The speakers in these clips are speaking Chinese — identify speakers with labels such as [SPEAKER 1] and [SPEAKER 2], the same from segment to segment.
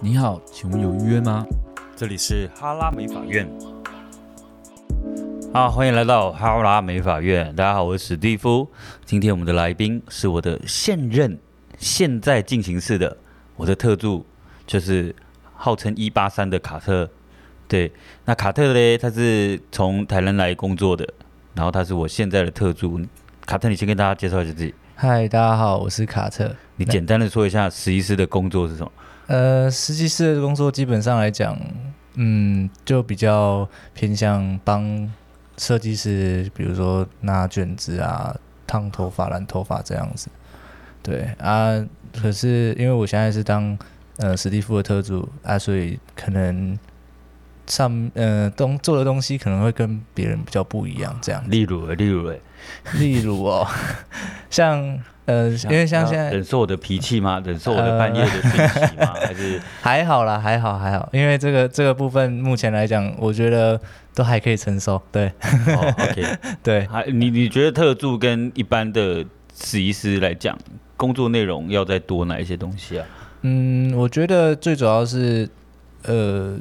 [SPEAKER 1] 你好，请问有预约吗？
[SPEAKER 2] 这里是哈拉美法院。啊，欢迎来到哈拉美法院。大家好，我是史蒂夫。今天我们的来宾是我的现任，现在进行式的我的特助，就是号称一八三的卡特。对，那卡特嘞，他是从台南来工作的，然后他是我现在的特助。卡特，你先跟大家介绍一下自己，
[SPEAKER 3] 嗨，大家好，我是卡特。
[SPEAKER 2] 你简单的说一下实习师的工作是什么？
[SPEAKER 3] 呃，实习室的工作基本上来讲，嗯，就比较偏向帮设计师，比如说拿卷子啊、烫头发、染头发这样子。对啊，可是因为我现在是当呃史蒂夫的特助啊，所以可能上呃东做的东西可能会跟别人比较不一样这样。
[SPEAKER 2] 例如，例如，哎，
[SPEAKER 3] 例如哦， 像呃，因为像现在
[SPEAKER 2] 忍受我的脾气
[SPEAKER 3] 呃
[SPEAKER 2] 吗？忍受我的半夜的讯息 吗？还是
[SPEAKER 3] 还好啦，还好还好，因为这个这个部分目前来讲，我觉得都还可以承受。对
[SPEAKER 2] 哦，OK，
[SPEAKER 3] 对，
[SPEAKER 2] 还你你觉得特助跟一般的实习师来讲，工作内容要再多哪一些东西啊？
[SPEAKER 3] 嗯，我觉得最主要是呃，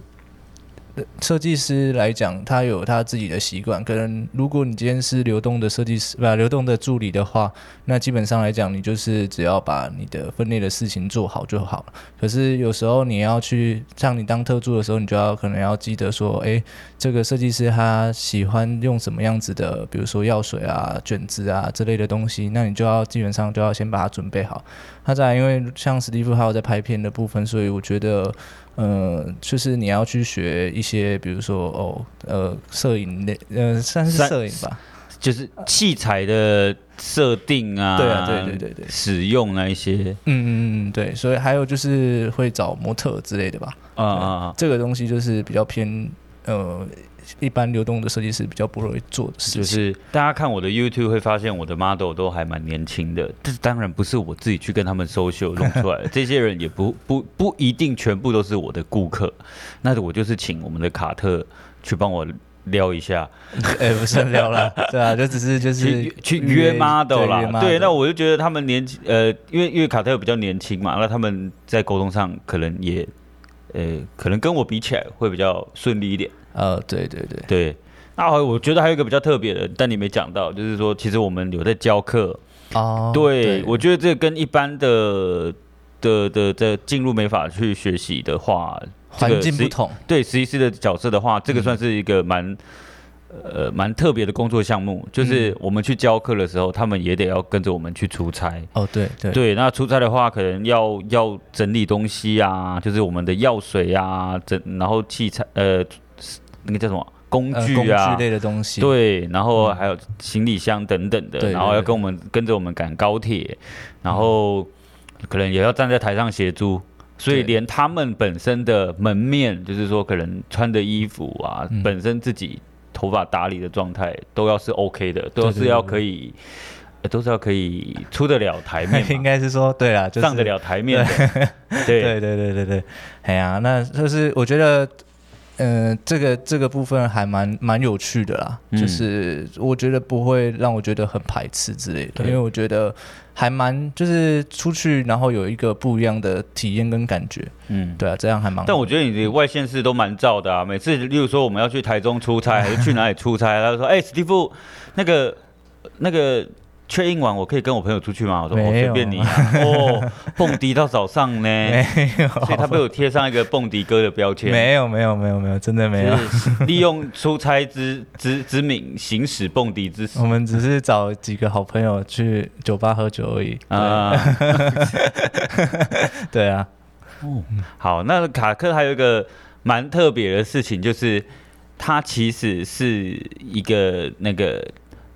[SPEAKER 3] 设计师来讲，他有他自己的习惯。可能如果你今天是流动的设计师，不、流动的助理的话，那基本上来讲，你就是只要把你的分内的事情做好就好了。可是有时候你要去，像你当特助的时候，你就要可能要记得说，诶，这个设计师他喜欢用什么样子的，比如说药水啊、卷子啊之类的东西，那你就要基本上就要先把它准备好。那再来，因为像史蒂夫还有在拍片的部分，所以我觉得，呃，就是你要去学一些，比如说哦，呃，摄影类，呃，算是
[SPEAKER 2] 三
[SPEAKER 3] 摄影吧，
[SPEAKER 2] 就是器材的设定啊，
[SPEAKER 3] 呃对啊，对对对对，
[SPEAKER 2] 使用那一些
[SPEAKER 3] 嗯嗯嗯，对，所以还有就是会找模特之类的吧，
[SPEAKER 2] 啊啊啊，
[SPEAKER 3] 这个东西就是比较偏呃，一般流动的设计师比较不容易做的事情，
[SPEAKER 2] 就是大家看我的 YouTube 会发现我的 model 都还蛮年轻的，这当然不是我自己去跟他们 social 弄出 来的，这些人也不不不一定全部都是我的顾客，那我就是请我们的卡特去帮我撩一下，
[SPEAKER 3] 哎、不是很聊了，对啊，就只是就是
[SPEAKER 2] 去去约 model
[SPEAKER 3] 约
[SPEAKER 2] 啦。对，
[SPEAKER 3] model
[SPEAKER 2] 那我就觉得他们年轻，呃，因为因为卡特比较年轻嘛，那他们在沟通上可能也，呃，可能跟我比起来会比较顺利一点。
[SPEAKER 3] 呃，对对对，
[SPEAKER 2] 对，那还有我觉得还有一个比较特别的，但你没讲到，就是说其实我们有在教课，
[SPEAKER 3] 哦，
[SPEAKER 2] 对，我觉得这跟一般的的的的进入美法去学习的话，这个
[SPEAKER 3] 环境
[SPEAKER 2] 是
[SPEAKER 3] 不同，
[SPEAKER 2] 对实习师的角色的话，这
[SPEAKER 3] 嗯
[SPEAKER 2] 个算是一个蛮、呃蛮特别的工作项目，
[SPEAKER 3] 嗯
[SPEAKER 2] 就是我们去教课的时候，他们也得要跟着我们去出差。
[SPEAKER 3] 哦，对对
[SPEAKER 2] 对，那出差的话，可能要要整理东西啊，就是我们的药水啊，整然后器材呃那个叫什么工
[SPEAKER 3] 呃
[SPEAKER 2] 具啊，
[SPEAKER 3] 工具类的东西，
[SPEAKER 2] 对，然后
[SPEAKER 3] 嗯
[SPEAKER 2] 还有行李箱等等的，
[SPEAKER 3] 对
[SPEAKER 2] 然后
[SPEAKER 3] 对
[SPEAKER 2] 要
[SPEAKER 3] 对嗯
[SPEAKER 2] 跟我们跟着我们赶高铁，然后可能也要站在台上协助，所以
[SPEAKER 3] 对
[SPEAKER 2] 连他们本身的门面，就是说可能穿的衣服啊，
[SPEAKER 3] 嗯
[SPEAKER 2] 本身自己头发打理的状态都要是 OK 的，都是要可以，呃都是要可以出得了台面
[SPEAKER 3] 应
[SPEAKER 2] 嘛，
[SPEAKER 3] 该是说对啦，就是
[SPEAKER 2] 上得了台面的，对
[SPEAKER 3] 对对对对对，哎呀、那就是我觉得，呃，这个这个部分还蛮蛮有趣的啦，
[SPEAKER 2] 嗯
[SPEAKER 3] 就是我觉得不会让我觉得很排斥之类的，
[SPEAKER 2] 对
[SPEAKER 3] 因为我觉得还蛮就是出去然后有一个不一样的体验跟感觉，
[SPEAKER 2] 嗯。
[SPEAKER 3] 对啊，这样还蛮好。
[SPEAKER 2] 但我觉得你的外县市都蛮燥的啊，每次例如说我们要去台中出差，还是去哪里出差，他就说：“哎、史蒂夫，那个那个确认完，我可以跟我朋友出去吗？”我说：“我
[SPEAKER 3] 没
[SPEAKER 2] 随
[SPEAKER 3] 有
[SPEAKER 2] 便你、啊。”哦，蹦迪到早上呢，
[SPEAKER 3] 没有，
[SPEAKER 2] 所以他被我贴上一个蹦迪哥的标签。
[SPEAKER 3] 没有没有没有没有，真的没有。
[SPEAKER 2] 就是利用出差之之之名行使蹦迪之
[SPEAKER 3] 我们只是找几个好朋友去酒吧喝酒而已。啊，
[SPEAKER 2] 啊、
[SPEAKER 3] 对啊，
[SPEAKER 2] 好，那卡克还有一个蛮特别的事情，就是他其实是一个那个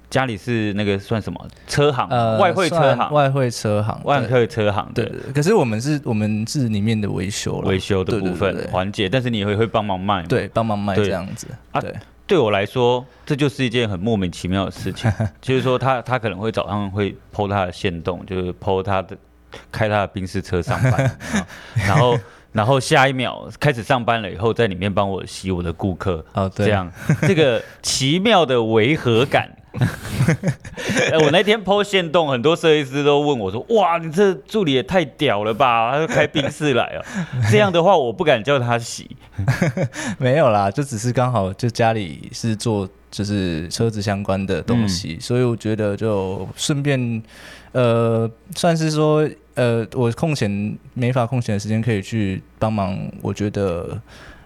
[SPEAKER 2] 家里是那个算什么车行，
[SPEAKER 3] 呃，
[SPEAKER 2] 外汇车
[SPEAKER 3] 算
[SPEAKER 2] 行，
[SPEAKER 3] 外汇车行，
[SPEAKER 2] 外
[SPEAKER 3] 对
[SPEAKER 2] 汇车行
[SPEAKER 3] 对
[SPEAKER 2] 的
[SPEAKER 3] 对，对可是我们是我们是里面的维修了，
[SPEAKER 2] 维修的
[SPEAKER 3] 对对
[SPEAKER 2] 部
[SPEAKER 3] 对
[SPEAKER 2] 分
[SPEAKER 3] 对
[SPEAKER 2] 环节，但是你也会会帮忙卖嘛。
[SPEAKER 3] 对，帮忙卖
[SPEAKER 2] 对
[SPEAKER 3] 这样子，
[SPEAKER 2] 啊
[SPEAKER 3] 对，
[SPEAKER 2] 对我来说，这就是一件很莫名其妙的事 情，就是说他他可能会早上会剖他的线洞，就是剖他的开他的宾士车上 班，然后然后下一秒开始上班了以后，在里面帮我洗我的顾客，
[SPEAKER 3] 哦，对，
[SPEAKER 2] 这样这个奇妙的违和感，哎、我那天 PO 线动，很多设计师都问我说：“哇，你这助理也太屌了吧！”他就开宾士来 了。这样的话，我不敢叫他洗。
[SPEAKER 3] 没有啦，就只是刚好就家里是做就是车子相关的东
[SPEAKER 2] 嗯
[SPEAKER 3] 西，所以我觉得就顺便呃，算是说呃，我空闲没法空闲的时间可以去帮忙，我觉得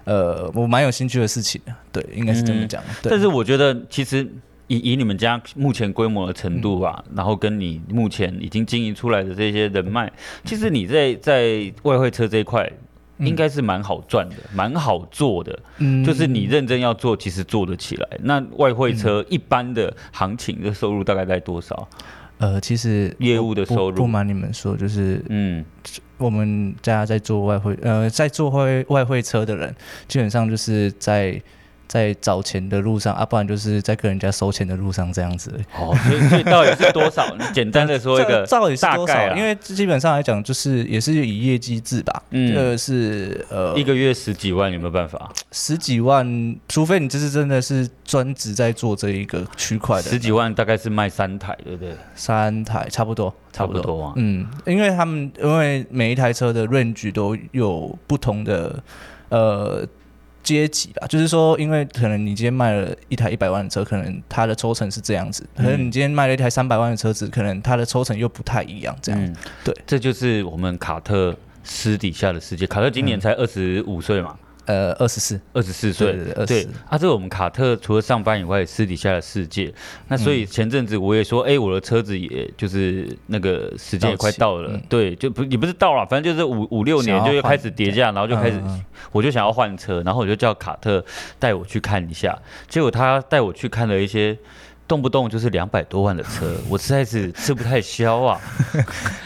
[SPEAKER 3] 呃，我蛮有兴趣的事情，啊对，应该是这么讲。
[SPEAKER 2] 嗯
[SPEAKER 3] 对，
[SPEAKER 2] 但是我觉得，其实以以你们家目前规模的程度吧，
[SPEAKER 3] 嗯
[SPEAKER 2] 然后跟你目前已经经营出来的这些人脉，其实你在在外汇车这一块。
[SPEAKER 3] 嗯
[SPEAKER 2] 应该是蛮好赚的，蛮好做的，
[SPEAKER 3] 嗯
[SPEAKER 2] 就是你认真要做，其实做得起来。那外汇车一般的行情的收入大概在多少？
[SPEAKER 3] 呃，其实
[SPEAKER 2] 业务的
[SPEAKER 3] 不
[SPEAKER 2] 收入
[SPEAKER 3] 不瞒你们说，就是
[SPEAKER 2] 嗯，
[SPEAKER 3] 我们家在做外汇，呃，在做外外汇车的人，基本上就是在在找钱的路上啊，不然就是在跟人家收钱的路上这样子。
[SPEAKER 2] 哦，所以所以到底是多少？你简单的说一个
[SPEAKER 3] 这到底是
[SPEAKER 2] 大
[SPEAKER 3] 多
[SPEAKER 2] 概啊
[SPEAKER 3] 少？
[SPEAKER 2] 啦
[SPEAKER 3] 因为基本上来讲，就是也是以业绩制吧，
[SPEAKER 2] 嗯
[SPEAKER 3] 这个是呃
[SPEAKER 2] 一个月十几万有没有办法？
[SPEAKER 3] 十几万，除非你这是真的是专职在做这一个区块的
[SPEAKER 2] 十几万大概是卖三台，对不对？
[SPEAKER 3] 三台，差不多，
[SPEAKER 2] 差
[SPEAKER 3] 不
[SPEAKER 2] 不多啊。
[SPEAKER 3] 嗯，因为他们因为每一台车的 range 都有不同的呃阶级吧，就是说，因为可能你今天卖了一台一百万的车，可能它的抽成是这样子；，可能你今天卖了一台三百万的车子，可能它的抽成又不太一样。这样，
[SPEAKER 2] 嗯，
[SPEAKER 3] 对，
[SPEAKER 2] 这就是我们卡特私底下的世界。卡特今
[SPEAKER 3] 嗯
[SPEAKER 2] 年才二十五岁嘛，
[SPEAKER 3] 呃，二十四，
[SPEAKER 2] 二十四
[SPEAKER 3] 对
[SPEAKER 2] 岁。
[SPEAKER 3] 对对，二
[SPEAKER 2] 对
[SPEAKER 3] 十，
[SPEAKER 2] 啊，这是我们卡特除了上班以外私底下的世界。那所
[SPEAKER 3] 嗯
[SPEAKER 2] 以前阵子我也说，哎、我的车子也就是那个时间也快到了，
[SPEAKER 3] 到期嗯
[SPEAKER 2] 对，就不也不是到了，反正就是五五六年
[SPEAKER 3] 想要
[SPEAKER 2] 就又
[SPEAKER 3] 换
[SPEAKER 2] 开始叠加，然后就开始、
[SPEAKER 3] 嗯嗯
[SPEAKER 2] 我就想要换车，然后我就叫卡特带我去看一下，结果他带我去看了一些。动不动就是两百多万的车，我实在是吃不太消 啊！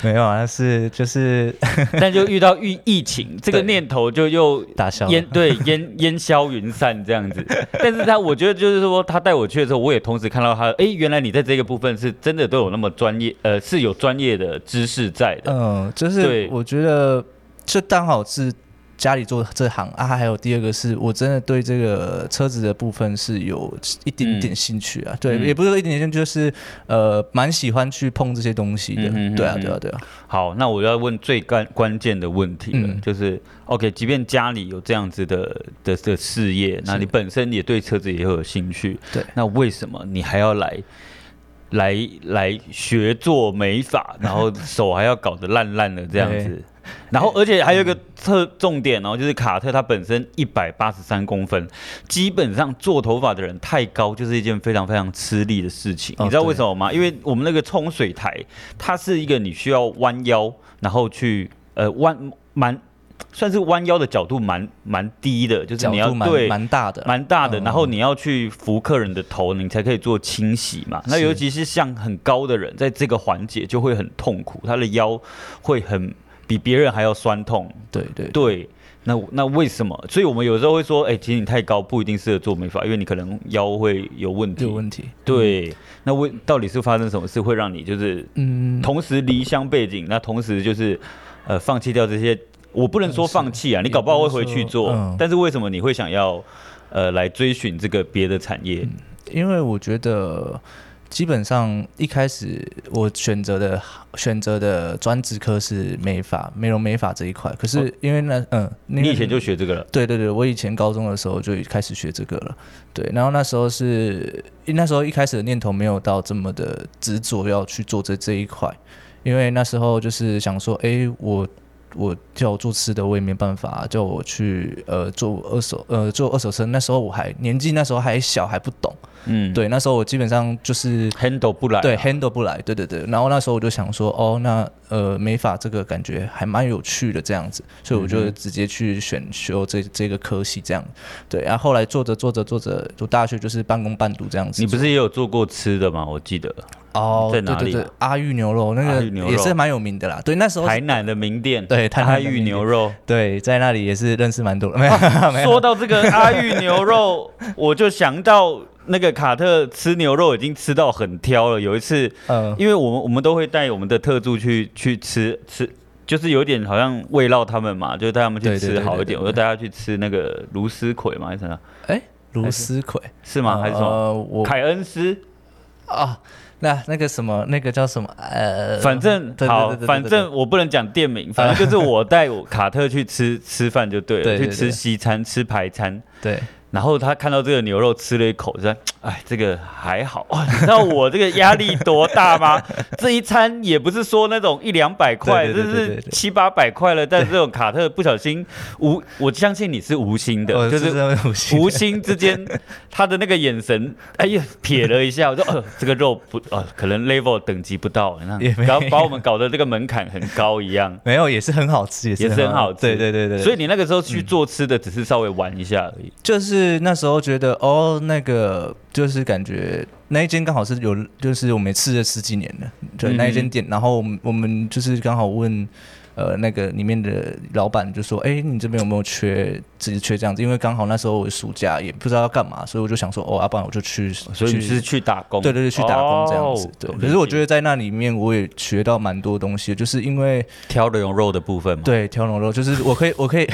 [SPEAKER 3] 没有啊，是就是
[SPEAKER 2] 但就遇到疫疫情，这个念头就又
[SPEAKER 3] 打消了
[SPEAKER 2] 烟对 烟烟消云散这样子。但是他，我觉得就是说，他带我去的时候，我也同时看到他，哎、原来你在这个部分是真的都有那么专业，呃，是有专业的知识在的。
[SPEAKER 3] 嗯，就
[SPEAKER 2] 对
[SPEAKER 3] 是我觉得这刚好是家里做这行啊，还有第二个是我真的对这个车子的部分是有一点点兴趣啊，对，
[SPEAKER 2] 嗯
[SPEAKER 3] 也不是说一点点兴趣，就是呃，蛮喜欢去碰这些东西的，
[SPEAKER 2] 嗯哼嗯哼
[SPEAKER 3] 对啊，对啊，对啊，
[SPEAKER 2] 好，那我要问最关关键的问题了，
[SPEAKER 3] 嗯
[SPEAKER 2] 就是，OK，即便家里有这样子的的的事业，那你本身也对车子也有兴趣，
[SPEAKER 3] 对
[SPEAKER 2] 那为什么你还要来？来来学做美 发，然后手还要搞得烂烂的这样子，然后而且还有一个特重点哦，就是卡特他本身一百八十三公分，基本上做头发的人太高就是一件非常非常吃力的事情。
[SPEAKER 3] 哦
[SPEAKER 2] 你知道为什么吗？因为我们那个冲水台，它是一个你需要弯腰，然后去呃弯蛮算是弯腰的角度蛮蛮低的，就是
[SPEAKER 3] 角
[SPEAKER 2] 你要
[SPEAKER 3] 度蛮
[SPEAKER 2] 对
[SPEAKER 3] 蛮大的，
[SPEAKER 2] 蛮大的，
[SPEAKER 3] 嗯
[SPEAKER 2] 然后你要去扶客人的头，你才可以做清洗嘛。那
[SPEAKER 3] 是
[SPEAKER 2] 尤其是像很高的人，在这个环节就会很痛苦，他的腰会很比别人还要酸痛。
[SPEAKER 3] 对对
[SPEAKER 2] 对，那那为什么？所以我们有时候会说，哎、其实你太高不一定适合做美发，因为你可能腰会有问题。
[SPEAKER 3] 有问题，
[SPEAKER 2] 对，那为到底是发生什么事会让你就是
[SPEAKER 3] 嗯，
[SPEAKER 2] 同时离乡背景，那同时就是呃放弃掉这些，我不能说放弃啊，你搞不好会回去做，
[SPEAKER 3] 也不嗯能说嗯
[SPEAKER 2] 但是为什么你会想要呃来追寻这个别的产业？
[SPEAKER 3] 嗯因为我觉得基本上一开始我选择的选择的专职科是美发、美容美发这一块，可
[SPEAKER 2] 哦
[SPEAKER 3] 是因为呢，嗯，
[SPEAKER 2] 你以前就
[SPEAKER 3] 就。
[SPEAKER 2] 学这个了，
[SPEAKER 3] 对对对，我以前高中的时候就开始学这个了。对，然后那时候是那时候一开始的念头没有到这么的执着要去做这这一块，因为那时候就是想说，诶，我我叫我做吃的，我也没办法，叫我去呃做二手呃做二手车，那时候我还年纪那时候还小还不懂，
[SPEAKER 2] 嗯，
[SPEAKER 3] 对，那时候我基本上就是
[SPEAKER 2] ，handle 不来啊，
[SPEAKER 3] 对 handle 不来，对对对。然后那时候我就想说，哦，那呃美发这个感觉还蛮有趣的这样子，所以
[SPEAKER 2] 嗯
[SPEAKER 3] 我就直接去选修这这个科系这样。对，然后后来做着做着做着，读大学就是半工半读这样子。
[SPEAKER 2] 你不是也有做过吃的吗？我记得
[SPEAKER 3] 哦，
[SPEAKER 2] 在哪里啊
[SPEAKER 3] 对对对，阿玉牛肉那
[SPEAKER 2] 阿
[SPEAKER 3] 个
[SPEAKER 2] 裕牛肉
[SPEAKER 3] 也是蛮有名的啦。对，那时候
[SPEAKER 2] 台南的名店，
[SPEAKER 3] 对台
[SPEAKER 2] 阿
[SPEAKER 3] 南的
[SPEAKER 2] 玉
[SPEAKER 3] 名店
[SPEAKER 2] 牛肉。
[SPEAKER 3] 对在那里也是认识蛮多的，没有 没有
[SPEAKER 2] 说到这个阿玉牛肉， 我就想到那个卡特吃牛肉已经吃到很挑了。有一次，
[SPEAKER 3] 呃
[SPEAKER 2] 因为我们我们都会带我们的特助去去吃吃，就是有点好像慰劳他们嘛，就带他们去
[SPEAKER 3] 对对
[SPEAKER 2] 吃
[SPEAKER 3] 对
[SPEAKER 2] 好一
[SPEAKER 3] 对
[SPEAKER 2] 点。
[SPEAKER 3] 对
[SPEAKER 2] 我就带他去吃那个卢斯葵嘛，还是什么？
[SPEAKER 3] 哎卢思奎
[SPEAKER 2] 是吗？还是什么？
[SPEAKER 3] 呃我
[SPEAKER 2] 凯恩斯？
[SPEAKER 3] 啊，那那个什么，那个叫什么？呃，
[SPEAKER 2] 反正
[SPEAKER 3] 对
[SPEAKER 2] 好，
[SPEAKER 3] 对对对对对
[SPEAKER 2] 反正我不能讲店名，反正就是我带我卡特去吃吃饭就对
[SPEAKER 3] 对
[SPEAKER 2] 了，
[SPEAKER 3] 对
[SPEAKER 2] 去
[SPEAKER 3] 对
[SPEAKER 2] 吃西餐，吃排餐。
[SPEAKER 3] 对
[SPEAKER 2] 然后他看到这个牛肉吃了一口，说：“哎，这个还好。 哇，你知道我这个压力多大吗？ 这一餐也不是说那种一两百块，
[SPEAKER 3] 对
[SPEAKER 2] 这
[SPEAKER 3] 对对对对
[SPEAKER 2] 是七八百块了。但是这种卡特不小心无，我相信你是无心的，
[SPEAKER 3] 我
[SPEAKER 2] 就是是
[SPEAKER 3] 哦这么无心
[SPEAKER 2] 无心之间， 他的那个眼神，哎呀，瞥了一下，我说， 呃，这个肉不，呃，可能 level 等级不到，那
[SPEAKER 3] 也没有
[SPEAKER 2] 然后把我们搞得这个门槛很高一样。
[SPEAKER 3] 没有，也是很好 吃，也是
[SPEAKER 2] 也是很好吃
[SPEAKER 3] 对对对对，嗯
[SPEAKER 2] 所
[SPEAKER 3] 以
[SPEAKER 2] 以你那个时候去做吃的，只是稍微玩一下而已。
[SPEAKER 3] 就是那时候觉得哦，那个就是感觉那一间刚好是有，就是我们也吃了十几年了，对、
[SPEAKER 2] 嗯
[SPEAKER 3] 那一间店，然后我们我们就是刚好问。呃，那个里面的老板就说：“哎、你这边有没有缺，只是缺这样子？因为刚好那时候我暑假也不知道要干嘛，所以我就想说，哦，要、不然我就去。
[SPEAKER 2] 所以你
[SPEAKER 3] 去
[SPEAKER 2] 是去打工？
[SPEAKER 3] 对对对，去打工这样子。
[SPEAKER 2] 哦
[SPEAKER 3] 对，可是我觉
[SPEAKER 2] 得
[SPEAKER 3] 得在那里面我也学到蛮多东西，就是因为
[SPEAKER 2] 挑的用肉的部分嘛，
[SPEAKER 3] 对调龙肉，就是我可以我可以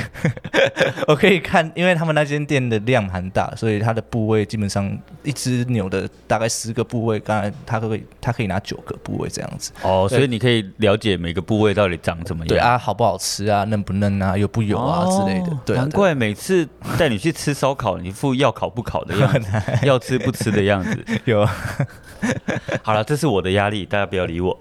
[SPEAKER 3] 我可以看，因为他们那间店的量蛮大，所以它的部位基本上一只牛的大概十个部位，当然它可以它可以拿九个部位这样子。
[SPEAKER 2] 哦，
[SPEAKER 3] 对
[SPEAKER 2] 所以你可以了解每个部位到底长怎么样。
[SPEAKER 3] 对，啊，好不好吃啊，嫩不嫩啊，油不油啊、
[SPEAKER 2] 哦
[SPEAKER 3] 之类的。对啊、
[SPEAKER 2] 难怪每次带你去吃烧烤，你副要烤不烤的样子，要吃不吃的样子。
[SPEAKER 3] 对 有啊
[SPEAKER 2] 好了，这是我的压力，大家不要 理我。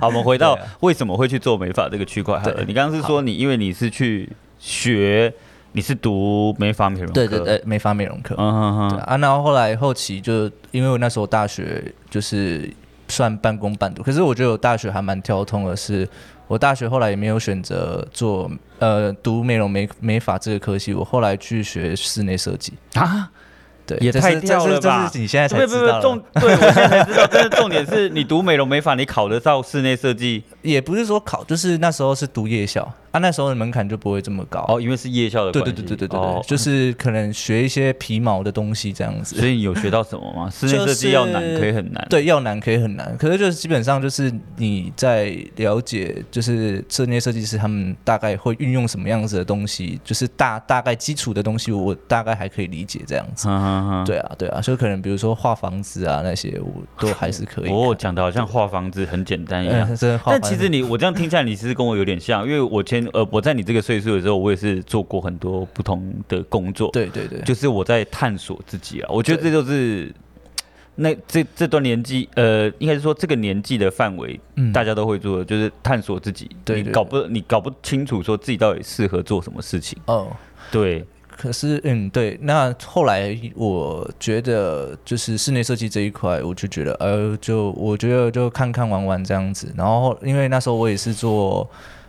[SPEAKER 2] 好，我们回到为什么会去做美发这个区块好了。
[SPEAKER 3] 啊对
[SPEAKER 2] 你刚刚是说你因为你是去学，你是读美发美容科，
[SPEAKER 3] 对对，对，美发美容课。
[SPEAKER 2] 嗯哼
[SPEAKER 3] 对
[SPEAKER 2] 哼，
[SPEAKER 3] 啊，然后后来后期就因为我那时候大学就是算半工半读，可是我觉得我大学还蛮跳通的是，我大学后来也没有选择做呃读美容美美发这个科系，我后来去学室内设计。
[SPEAKER 2] 啊，
[SPEAKER 3] 对，
[SPEAKER 2] 也
[SPEAKER 3] 这
[SPEAKER 2] 太
[SPEAKER 3] 是这
[SPEAKER 2] 掉
[SPEAKER 3] 是
[SPEAKER 2] 了吧
[SPEAKER 3] 这是你现在
[SPEAKER 2] 不
[SPEAKER 3] 才
[SPEAKER 2] 不
[SPEAKER 3] 知
[SPEAKER 2] 不，
[SPEAKER 3] 道的
[SPEAKER 2] 重，对我现在才知道，但是重点是你读美容美发，你考得到室内设计
[SPEAKER 3] 也不是说考，就是那时候是读夜校啊，那时候的门槛就不会这么高。
[SPEAKER 2] 哦，因为是夜校的
[SPEAKER 3] 对
[SPEAKER 2] 关
[SPEAKER 3] 对
[SPEAKER 2] 系，
[SPEAKER 3] 对对对对对，
[SPEAKER 2] 哦
[SPEAKER 3] 就是可能学一些皮毛的东西这样子。
[SPEAKER 2] 所以你有学到什么吗？室内设
[SPEAKER 3] 就是
[SPEAKER 2] 计要难可以很难，
[SPEAKER 3] 对，要难可以很难，可是就是基本上就是你在了解，就是室内设计师他们大概会运用什么样子的东西，就是大大概基础的东西，我大概还可以理解这样 子。
[SPEAKER 2] 哼哼哼，
[SPEAKER 3] 对啊，对啊，就可能比如说画房子啊那些，我都还是可以看。
[SPEAKER 2] 哦，讲的好像画房子很简单一样。
[SPEAKER 3] 嗯，真的
[SPEAKER 2] 啊
[SPEAKER 3] 画
[SPEAKER 2] 但
[SPEAKER 3] 房子。
[SPEAKER 2] 其实你，我这样听下来，你其实跟我有点像，因为我前呃，我在你这个岁数的时候，我也是做过很多不同的工作，
[SPEAKER 3] 对对对，
[SPEAKER 2] 就是我在探索自己啊。我觉得这就是那这这段年纪，呃，应该是说这个年纪的范围，
[SPEAKER 3] 嗯
[SPEAKER 2] 大家都会做的，就是探索自己。
[SPEAKER 3] 对
[SPEAKER 2] 你
[SPEAKER 3] 对
[SPEAKER 2] 搞不你搞不清楚说自己到底适合做什么事情。
[SPEAKER 3] 哦。
[SPEAKER 2] 对，
[SPEAKER 3] 可是，嗯，对，那后来我觉得就是室内设计这一块，我就觉得，呃，就我觉得就看看玩玩这样子。然后，因为那时候我也是做，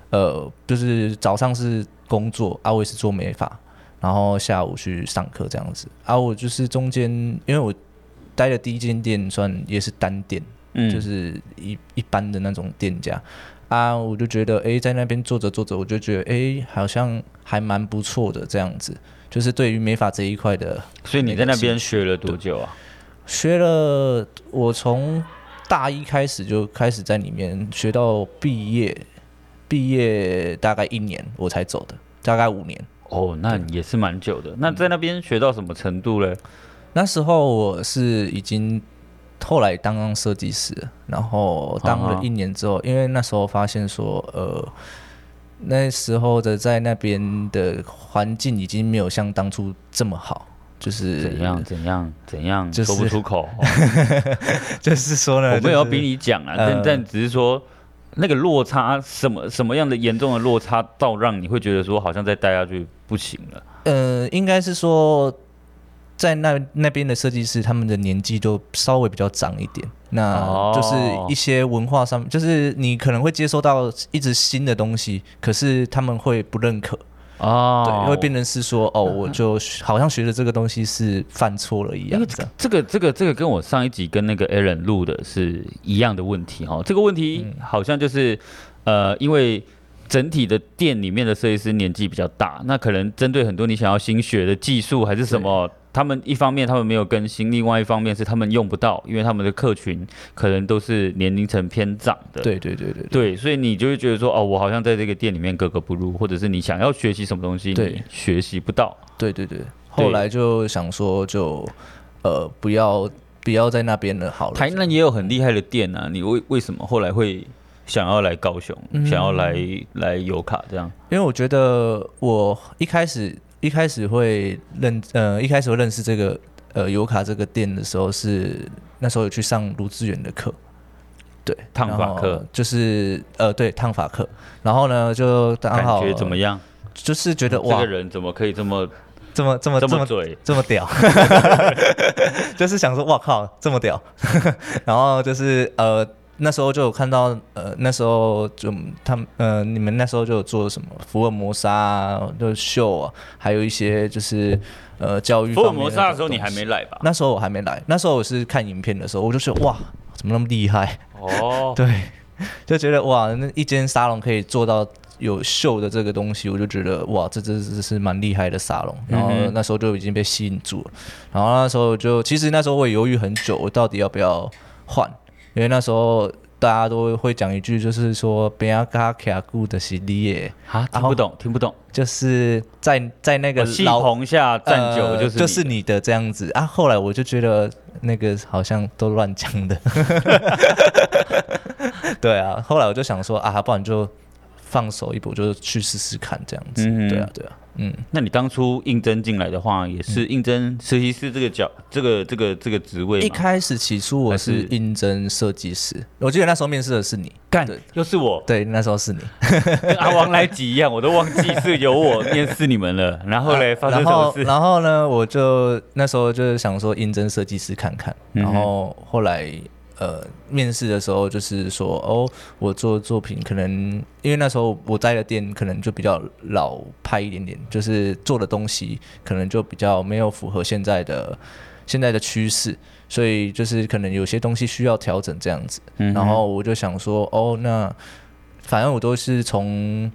[SPEAKER 3] 呃，就是早上是工作，啊，我也是做美发，然后下午去上课这样子。啊，我就是中间，因为我待的第一间店算也是单店，
[SPEAKER 2] 嗯，
[SPEAKER 3] 就是一一般的那种店家啊，我就觉得诶，在那边做着做着，我就觉得诶，好像还蛮不错的这样子。就是对于美发这一块的，
[SPEAKER 2] 所以你在那边学了多久啊？
[SPEAKER 3] 学了我从大一开始就开始在里面学到毕业，毕业大概一年我才走的，大概五年。
[SPEAKER 2] 哦，那也是蛮久的。
[SPEAKER 3] 嗯
[SPEAKER 2] 那在那边学到什么程度嘞？
[SPEAKER 3] 那时候我是已经后来当上设计师了，然后当
[SPEAKER 2] 啊
[SPEAKER 3] 了
[SPEAKER 2] 哈
[SPEAKER 3] 一年之后，因为那时候发现说，呃，那时候的在那边的环境已经没有像当初这么好，就是
[SPEAKER 2] 怎样？怎样怎样、
[SPEAKER 3] 呃就是
[SPEAKER 2] 说不出口，哦
[SPEAKER 3] 就是 说呢，
[SPEAKER 2] 我没有要
[SPEAKER 3] 就是
[SPEAKER 2] 逼你讲啊，
[SPEAKER 3] 呃
[SPEAKER 2] 但但只是说那个落差，什么什么样的严重的落差，到让你会觉得说好像再待下去不行了。
[SPEAKER 3] 呃，应该是说，在那那边的设计师，他们的年纪都稍微比较长一点，那
[SPEAKER 2] 哦
[SPEAKER 3] 就是一些文化上，就是你可能会接收到一直新的东西，可是他们会不认可，
[SPEAKER 2] 哦嗯
[SPEAKER 3] 对，会变成是说，哦，我就好像学的这个东西是犯错了一样，
[SPEAKER 2] 哎
[SPEAKER 3] 这样
[SPEAKER 2] 这个这个这个跟我上一集跟那个 Aaron 录的是一样的问题哈、哦，这个问题
[SPEAKER 3] 嗯
[SPEAKER 2] 好像就是、呃，因为整体的店里面的设计师年纪比较大，那可能针对很多你想要新学的技术还是什么，他们一方面他们没有更新，另外一方面是他们用不到，因为他们的客群可能都是年龄层偏长的。
[SPEAKER 3] 对对对对对
[SPEAKER 2] 对，所以你就会觉得说，哦，我好像在这个店里面格格不入，或者是你想要学习什么东西，
[SPEAKER 3] 对
[SPEAKER 2] 你学习不到。
[SPEAKER 3] 对对对。后来就想说就，呃，不要不要在那边了好了。
[SPEAKER 2] 台南也有很厉害的店啊，你为为什么后来会想要来高雄，
[SPEAKER 3] 嗯
[SPEAKER 2] 想要来来油卡这样？
[SPEAKER 3] 因为我觉得我一开始一开始会认呃一开始会认识这个呃油卡这个店的时候是那时候有去上卢志远的课，对，
[SPEAKER 2] 烫发
[SPEAKER 3] 然后
[SPEAKER 2] 课
[SPEAKER 3] 就是呃对烫发课，然后呢就刚
[SPEAKER 2] 感
[SPEAKER 3] 好
[SPEAKER 2] 觉怎么样？
[SPEAKER 3] 就是觉得
[SPEAKER 2] 这
[SPEAKER 3] 哇
[SPEAKER 2] 个人怎么可以这么
[SPEAKER 3] 这么这么
[SPEAKER 2] 这
[SPEAKER 3] 这
[SPEAKER 2] 么
[SPEAKER 3] 么
[SPEAKER 2] 嘴？
[SPEAKER 3] 这么屌， 就是想说哇靠这么屌， 然后就是呃那时候就有看到呃那时候就他们呃你们那时候就有做什么福尔摩沙啊，就是秀啊，还有一些就是呃教育
[SPEAKER 2] 福尔
[SPEAKER 3] 方面
[SPEAKER 2] 摩沙的时候
[SPEAKER 3] 东
[SPEAKER 2] 你
[SPEAKER 3] 西
[SPEAKER 2] 还没来吧？
[SPEAKER 3] 那时候我还没来，那时候我是看影片的时候，我就觉得哇怎么那么厉害，
[SPEAKER 2] 哦，
[SPEAKER 3] 对，就觉得哇那一间沙龙可以做到。有秀的这个东西，我就觉得哇，这这这是蛮厉害的沙龙。然后
[SPEAKER 2] 嗯哼
[SPEAKER 3] 那时候就已经被吸引住了。然后那时候就，其实那时候我也犹豫很久，我到底要不要换，因为那时候大家都会讲一句，就是说“别要卡卡固的系列
[SPEAKER 2] 啊，听不懂，听不懂。”，
[SPEAKER 3] 就是在在那个
[SPEAKER 2] 我戏
[SPEAKER 3] 呃老
[SPEAKER 2] 棚下站久
[SPEAKER 3] 呃
[SPEAKER 2] 就
[SPEAKER 3] 就是是
[SPEAKER 2] 你
[SPEAKER 3] 你的这样子啊。后来我就觉得那个好像都乱讲的， 对啊。后来我就想说啊，不然就放手一搏，就去试试看这样子。
[SPEAKER 2] 嗯哼
[SPEAKER 3] 对啊，对啊，嗯，
[SPEAKER 2] 那你当初应征进来的话，也是应征实习师这个角、这个、这个、这个职位
[SPEAKER 3] 一
[SPEAKER 2] 吗？
[SPEAKER 3] 开始起初我
[SPEAKER 2] 还
[SPEAKER 3] 是
[SPEAKER 2] 是
[SPEAKER 3] 应征设计师，我记得那时候面试的是你，
[SPEAKER 2] 干
[SPEAKER 3] 对，
[SPEAKER 2] 又是我，
[SPEAKER 3] 对，那时候是你。
[SPEAKER 2] 跟阿王来吉一样，我都忘记是由我面试你们了。然后嘞，发生
[SPEAKER 3] 然
[SPEAKER 2] 什么
[SPEAKER 3] 后
[SPEAKER 2] 事？
[SPEAKER 3] 然后呢，我就那时候就是想说应征设计师看看，
[SPEAKER 2] 嗯哼
[SPEAKER 3] 然后后来呃面试的时候就是说哦，我做作品可能因为那时候我在的店可能就比较老派一点点，就是做的东西可能就比较没有符合现在的现在的趋势。所以就是可能有些东西需要调整这样子，
[SPEAKER 2] 嗯哼
[SPEAKER 3] 然后我就想说，哦，那反正我都是从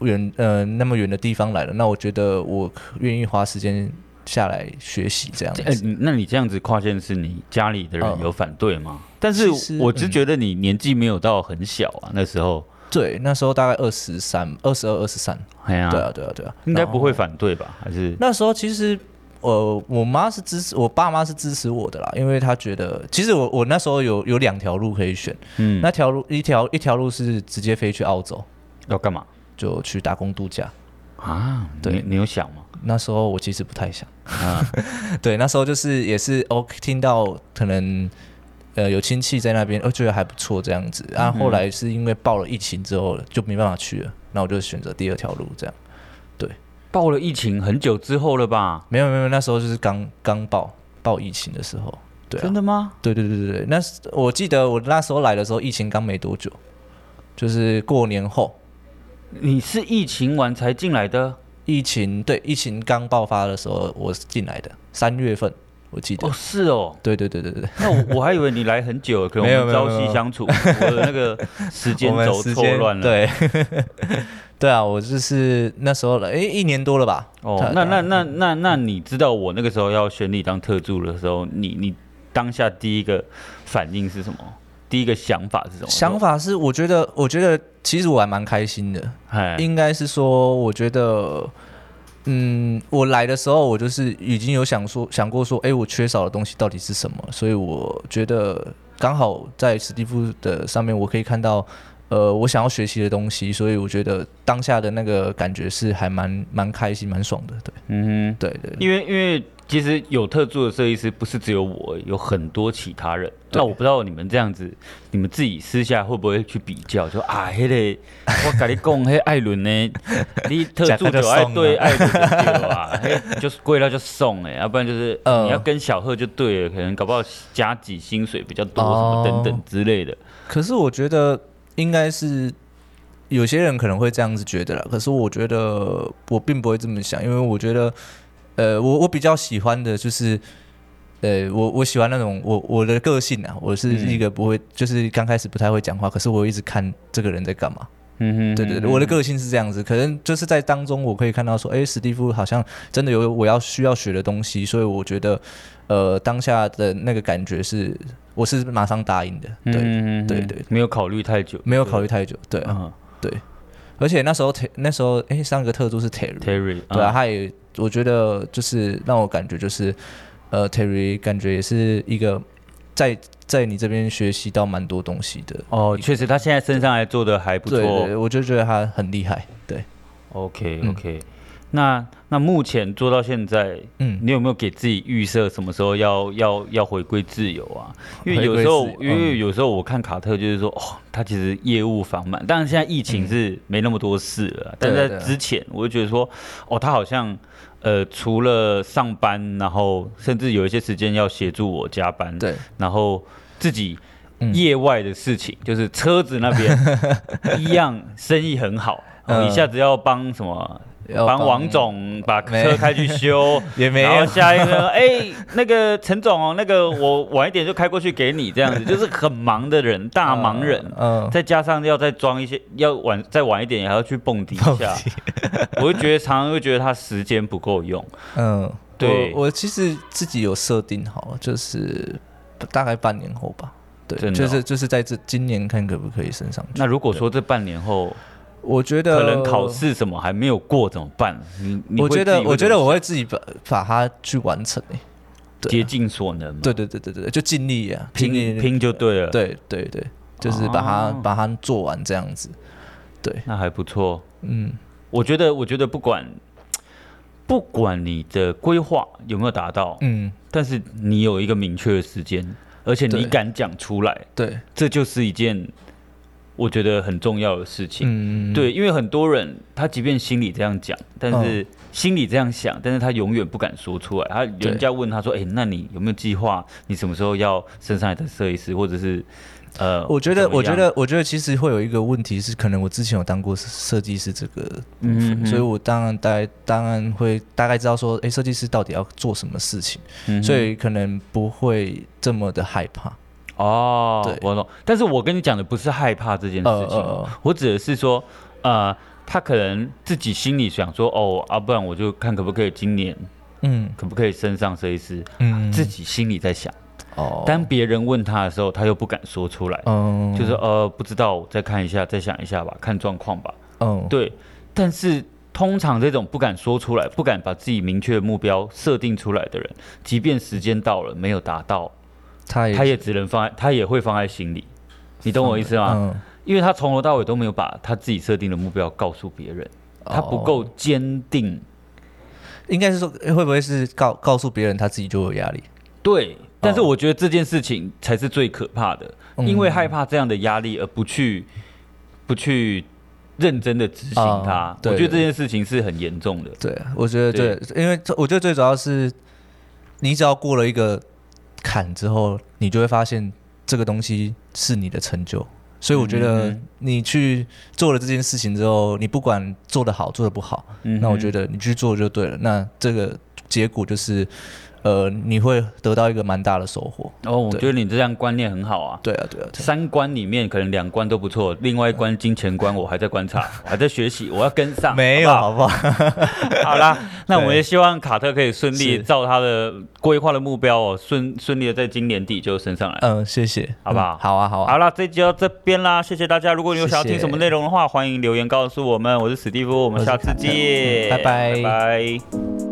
[SPEAKER 3] 远呃那么远的地方来了，那我觉得我可愿意花时间下来学习这样
[SPEAKER 2] 哎、
[SPEAKER 3] 子。
[SPEAKER 2] 你那你这样子跨县市，你家里的
[SPEAKER 3] 哦
[SPEAKER 2] 人有反对吗？但是
[SPEAKER 3] 其实
[SPEAKER 2] 我只
[SPEAKER 3] 嗯
[SPEAKER 2] 觉得你年纪没有到很小啊，那时候，
[SPEAKER 3] 对，那时候大概二十三、二十二、二十三，
[SPEAKER 2] 哎呀、
[SPEAKER 3] 对啊，对啊，对啊，
[SPEAKER 2] 应该
[SPEAKER 3] 然后
[SPEAKER 2] 不会反对吧？还是
[SPEAKER 3] 那时候其实。呃，我妈是支持我爸妈是支持我的啦，因为她觉得其实我我那时候有有两条路可以选，
[SPEAKER 2] 嗯，
[SPEAKER 3] 那条路一条一条路是直接飞去澳洲，
[SPEAKER 2] 要干嘛
[SPEAKER 3] 就去打工度假，
[SPEAKER 2] 啊？
[SPEAKER 3] 对
[SPEAKER 2] 你你有想吗？
[SPEAKER 3] 那时候我其实不太想，
[SPEAKER 2] 啊，
[SPEAKER 3] 对，那时候就是也是哦，听到可能呃有亲戚在那边，哦觉得还不错这样子，
[SPEAKER 2] 嗯
[SPEAKER 3] 啊后来是因为报了疫情之后就没办法去了，那我就选择第二条路这样，
[SPEAKER 2] 报了疫情很久之后了吧？
[SPEAKER 3] 没有没有，那时候就是刚刚报报疫情的时候，对啊
[SPEAKER 2] 真，的吗？
[SPEAKER 3] 对对对对对，那时我记得我那时候来的时候疫情刚没多久，就是过年后。
[SPEAKER 2] 你是疫情完才进来的？
[SPEAKER 3] 疫情对疫情刚爆发的时候，我是进来的三月份，我记得。
[SPEAKER 2] 哦，是哦。
[SPEAKER 3] 对对对对对，
[SPEAKER 2] 那我我还以为你来很久了，可能
[SPEAKER 3] 没有
[SPEAKER 2] 我们
[SPEAKER 3] 没有
[SPEAKER 2] 朝
[SPEAKER 3] 没
[SPEAKER 2] 夕
[SPEAKER 3] 有
[SPEAKER 2] 相处，我的那个时间
[SPEAKER 3] 我们
[SPEAKER 2] 轴
[SPEAKER 3] 时
[SPEAKER 2] 错
[SPEAKER 3] 间
[SPEAKER 2] 乱了。，
[SPEAKER 3] 对， 对啊，我就是那时候了，诶，一年多了吧？
[SPEAKER 2] 哦
[SPEAKER 3] 他，
[SPEAKER 2] 那那那那那你知道我那个时候要选你当特助的时候，你你当下第一个反应是什么？第一个想法是什么？
[SPEAKER 3] 想，法是，我觉得，我觉得其实我还蛮开心的，
[SPEAKER 2] 哎，
[SPEAKER 3] 应该是说，我觉得。嗯，我来的时候，我就是已经有想说想过说，诶，我缺少的东西到底是什么？所以我觉得刚好在史蒂夫的上面，我可以看到，呃，我想要学习的东西，所以我觉得当下的那个感觉是还蛮蛮开心、蛮爽的。对，
[SPEAKER 2] 嗯
[SPEAKER 3] 对对
[SPEAKER 2] 哼，因为因为其实有特助的设计师不是只有我，有很多其他人。那我不知道你们这样子，你们自己私下会不会去比较？说啊，那个我跟你讲，那艾伦呢， 你特助就爱对艾伦就对了啊，嘿就是贵了就送哎，要不然就是
[SPEAKER 3] 嗯
[SPEAKER 2] 你要跟小贺就对了，可能搞不好加几薪水比较多什么
[SPEAKER 3] 哦
[SPEAKER 2] 等等之类的。
[SPEAKER 3] 可是我觉得应该是有些人可能会这样子觉得啦，可是我觉得我并不会这么想，因为我觉得，呃，我我比较喜欢的就是，呃，我我喜欢那种我我的个性啊，我是一个
[SPEAKER 2] 嗯
[SPEAKER 3] 不会，就是刚开始不太会讲话，可是我一直看这个人在干嘛。
[SPEAKER 2] 嗯哼
[SPEAKER 3] 对对对，我的个性是这样子，可能就是在当中我可以看到说，哎，史蒂夫好像真的有我要需要学的东西，所以我觉得，呃，当下的那个感觉是我是马上答应的，对。
[SPEAKER 2] 嗯
[SPEAKER 3] 对对，
[SPEAKER 2] 没有考虑太久，
[SPEAKER 3] 没有考虑太久，对啊，
[SPEAKER 2] 嗯
[SPEAKER 3] 而且那时候 Ter 那时候哎，上个特助是 Terry，
[SPEAKER 2] ，Terry，
[SPEAKER 3] 对啊，
[SPEAKER 2] 嗯，
[SPEAKER 3] 他也我觉得就是让我感觉就是呃 Terry 感觉也是一个在在你这边学习到蛮多东西的。
[SPEAKER 2] 哦，确实，他现在升上来做的还不
[SPEAKER 3] 对对
[SPEAKER 2] 错哦
[SPEAKER 3] 对，。我就觉得他很厉害。对，
[SPEAKER 2] OK
[SPEAKER 3] 嗯
[SPEAKER 2] OK，、那那目前做到现在，
[SPEAKER 3] 嗯，
[SPEAKER 2] 你有没有给自己预设什么时候要要要回归自由啊？因为
[SPEAKER 3] 回
[SPEAKER 2] 有
[SPEAKER 3] 归
[SPEAKER 2] 时候
[SPEAKER 3] 自由，嗯
[SPEAKER 2] 因为有时候我看卡特就是说，哦，他其实业务繁忙，当然现在疫情是没那么多事了，但
[SPEAKER 3] 嗯对
[SPEAKER 2] 是
[SPEAKER 3] 啊对
[SPEAKER 2] 在
[SPEAKER 3] 啊
[SPEAKER 2] 之前我就觉得说，哦，他好像呃除了上班，然后甚至有一些时间要协助我加班，
[SPEAKER 3] 对，
[SPEAKER 2] 然后自己
[SPEAKER 3] 嗯
[SPEAKER 2] 业外的事情，就是车子那边 一样生意很好，哦
[SPEAKER 3] 嗯
[SPEAKER 2] 一下子要帮什么？
[SPEAKER 3] 要
[SPEAKER 2] 帮
[SPEAKER 3] 帮
[SPEAKER 2] 王总把
[SPEAKER 3] 没
[SPEAKER 2] 车开去修，
[SPEAKER 3] 也 没
[SPEAKER 2] 然后
[SPEAKER 3] 有，
[SPEAKER 2] 下一个 呢，哎、那个陈总哦，那个我晚一点就开过去给你，这样子就是很忙的 人，
[SPEAKER 3] 啊
[SPEAKER 2] 大忙人，
[SPEAKER 3] 嗯，
[SPEAKER 2] 再加上要再装一些，要晚再晚一点也还要去蹦 迪一下，我就觉得常常会觉得他时间不够用。
[SPEAKER 3] 嗯，
[SPEAKER 2] 对
[SPEAKER 3] 我我其实自己有设定好，就是大概半年后吧。对，
[SPEAKER 2] 真的
[SPEAKER 3] 就
[SPEAKER 2] 哦
[SPEAKER 3] 是就是在这今年看可不可以升上去。
[SPEAKER 2] 那如果说这半年后
[SPEAKER 3] 我觉得
[SPEAKER 2] 可能考试什么还没有过怎么办？你你
[SPEAKER 3] 我
[SPEAKER 2] 会
[SPEAKER 3] 觉
[SPEAKER 2] 自
[SPEAKER 3] 得
[SPEAKER 2] 己会
[SPEAKER 3] 我觉得
[SPEAKER 2] 怎么
[SPEAKER 3] 我会自己把把它去完成诶、对啊
[SPEAKER 2] 竭尽所能嘛，
[SPEAKER 3] 对对对对对，就尽力啊，
[SPEAKER 2] 拼
[SPEAKER 3] 尽力，
[SPEAKER 2] 拼就对了，，
[SPEAKER 3] 对对对，就是把它、
[SPEAKER 2] 哦
[SPEAKER 3] 把它做完这样子。对，
[SPEAKER 2] 那还不错。
[SPEAKER 3] 嗯，
[SPEAKER 2] 我觉得我觉得不管不管你的规划有没有达到，
[SPEAKER 3] 嗯，
[SPEAKER 2] 但是你有一个明确的时间，而且你
[SPEAKER 3] 对
[SPEAKER 2] 敢讲出来，
[SPEAKER 3] 对，
[SPEAKER 2] 这就是一件我觉得很重要的事情。
[SPEAKER 3] 嗯，
[SPEAKER 2] 对，因为很多人他即便心里这样讲，但
[SPEAKER 3] 嗯
[SPEAKER 2] 是心里这样想，但是他永远不敢说出来。他
[SPEAKER 3] 对
[SPEAKER 2] 人家问他说：“哎、那你有没有计划？你什么时候要升上来的设计师，或者是呃？”
[SPEAKER 3] 我觉得，
[SPEAKER 2] 怎么
[SPEAKER 3] 我
[SPEAKER 2] 样
[SPEAKER 3] 觉得，我觉得其实会有一个问题是，可能我之前有当过设设计师这个部
[SPEAKER 2] 嗯
[SPEAKER 3] 分，
[SPEAKER 2] 哼
[SPEAKER 3] 所以我当然大概当然会大概知道说，诶，设计师到底要做什么事情，
[SPEAKER 2] 嗯哼
[SPEAKER 3] 所以可能不会这么的害怕。
[SPEAKER 2] 哦，
[SPEAKER 3] 对
[SPEAKER 2] 我懂。但是我跟你讲的不是害怕这件
[SPEAKER 3] 呃
[SPEAKER 2] 事
[SPEAKER 3] 呃
[SPEAKER 2] 情，
[SPEAKER 3] 呃，
[SPEAKER 2] 我指的是说，呃，他可能自己心里想说，哦，啊，不然我就看可不可以今年
[SPEAKER 3] 嗯
[SPEAKER 2] 可不可以升上设计师，
[SPEAKER 3] 嗯，
[SPEAKER 2] 自己心里在想。
[SPEAKER 3] 哦，
[SPEAKER 2] 当别人问他的时候，他又不敢说出来，
[SPEAKER 3] 嗯，
[SPEAKER 2] 就是呃，不知道，再看一下，再想一下吧，看状况吧。
[SPEAKER 3] 嗯，
[SPEAKER 2] 对，但是。通常这种不敢说出来、不敢把自己明确的目标设定出来的人，即便时间到了没有达到，
[SPEAKER 3] 他也
[SPEAKER 2] 他也只能放在，他也会放在心里。你懂我意思吗？
[SPEAKER 3] 嗯，
[SPEAKER 2] 因为他从头到尾都没有把他自己设定的目标告诉别人，他不
[SPEAKER 3] 哦
[SPEAKER 2] 够坚定。
[SPEAKER 3] 应该是说诶会不会是告告诉别人他自己就有压力？
[SPEAKER 2] 对，但是我觉得这件事情才是最可怕的，
[SPEAKER 3] 哦嗯
[SPEAKER 2] 因为害怕这样的压力而不去不去认真的执行它
[SPEAKER 3] 啊。对
[SPEAKER 2] 我觉得这件事情是很严重的。
[SPEAKER 3] 对，我觉得
[SPEAKER 2] 对
[SPEAKER 3] 对，因为我觉得最主要是，你只要过了一个坎之后，你就会发现这个东西是你的成就。所以我觉得
[SPEAKER 2] 嗯
[SPEAKER 3] 你去做了这件事情之后，你不管做得好做得不好，
[SPEAKER 2] 嗯哼
[SPEAKER 3] 那我觉得你去做就对了。那这个结果就是，呃，你会得到一个蛮大的收获。
[SPEAKER 2] 哦，我
[SPEAKER 3] 对
[SPEAKER 2] 觉得你这样观念很好啊。
[SPEAKER 3] 对啊，对啊，对啊
[SPEAKER 2] 三关里面可能两关都不错，另外一关金钱关我还在观 察，我还在学习，我要跟上。
[SPEAKER 3] 啊没有
[SPEAKER 2] 好不好
[SPEAKER 3] 好不好？
[SPEAKER 2] 好啦，那我们
[SPEAKER 3] 对
[SPEAKER 2] 也希望卡特可以顺利
[SPEAKER 3] 是
[SPEAKER 2] 照他的规划的目标哦，顺顺利的在今年底就升上来。
[SPEAKER 3] 嗯，谢谢，
[SPEAKER 2] 好不好
[SPEAKER 3] 嗯好啊，好啊，
[SPEAKER 2] 好啦，这集到这边啦，谢谢大家。如果你有想要听
[SPEAKER 3] 谢谢
[SPEAKER 2] 什么内容的话，欢迎留言告诉我们。我是史蒂夫，我们
[SPEAKER 3] 我是
[SPEAKER 2] 下次
[SPEAKER 3] 卡特
[SPEAKER 2] 见，
[SPEAKER 3] 拜拜
[SPEAKER 2] 拜拜。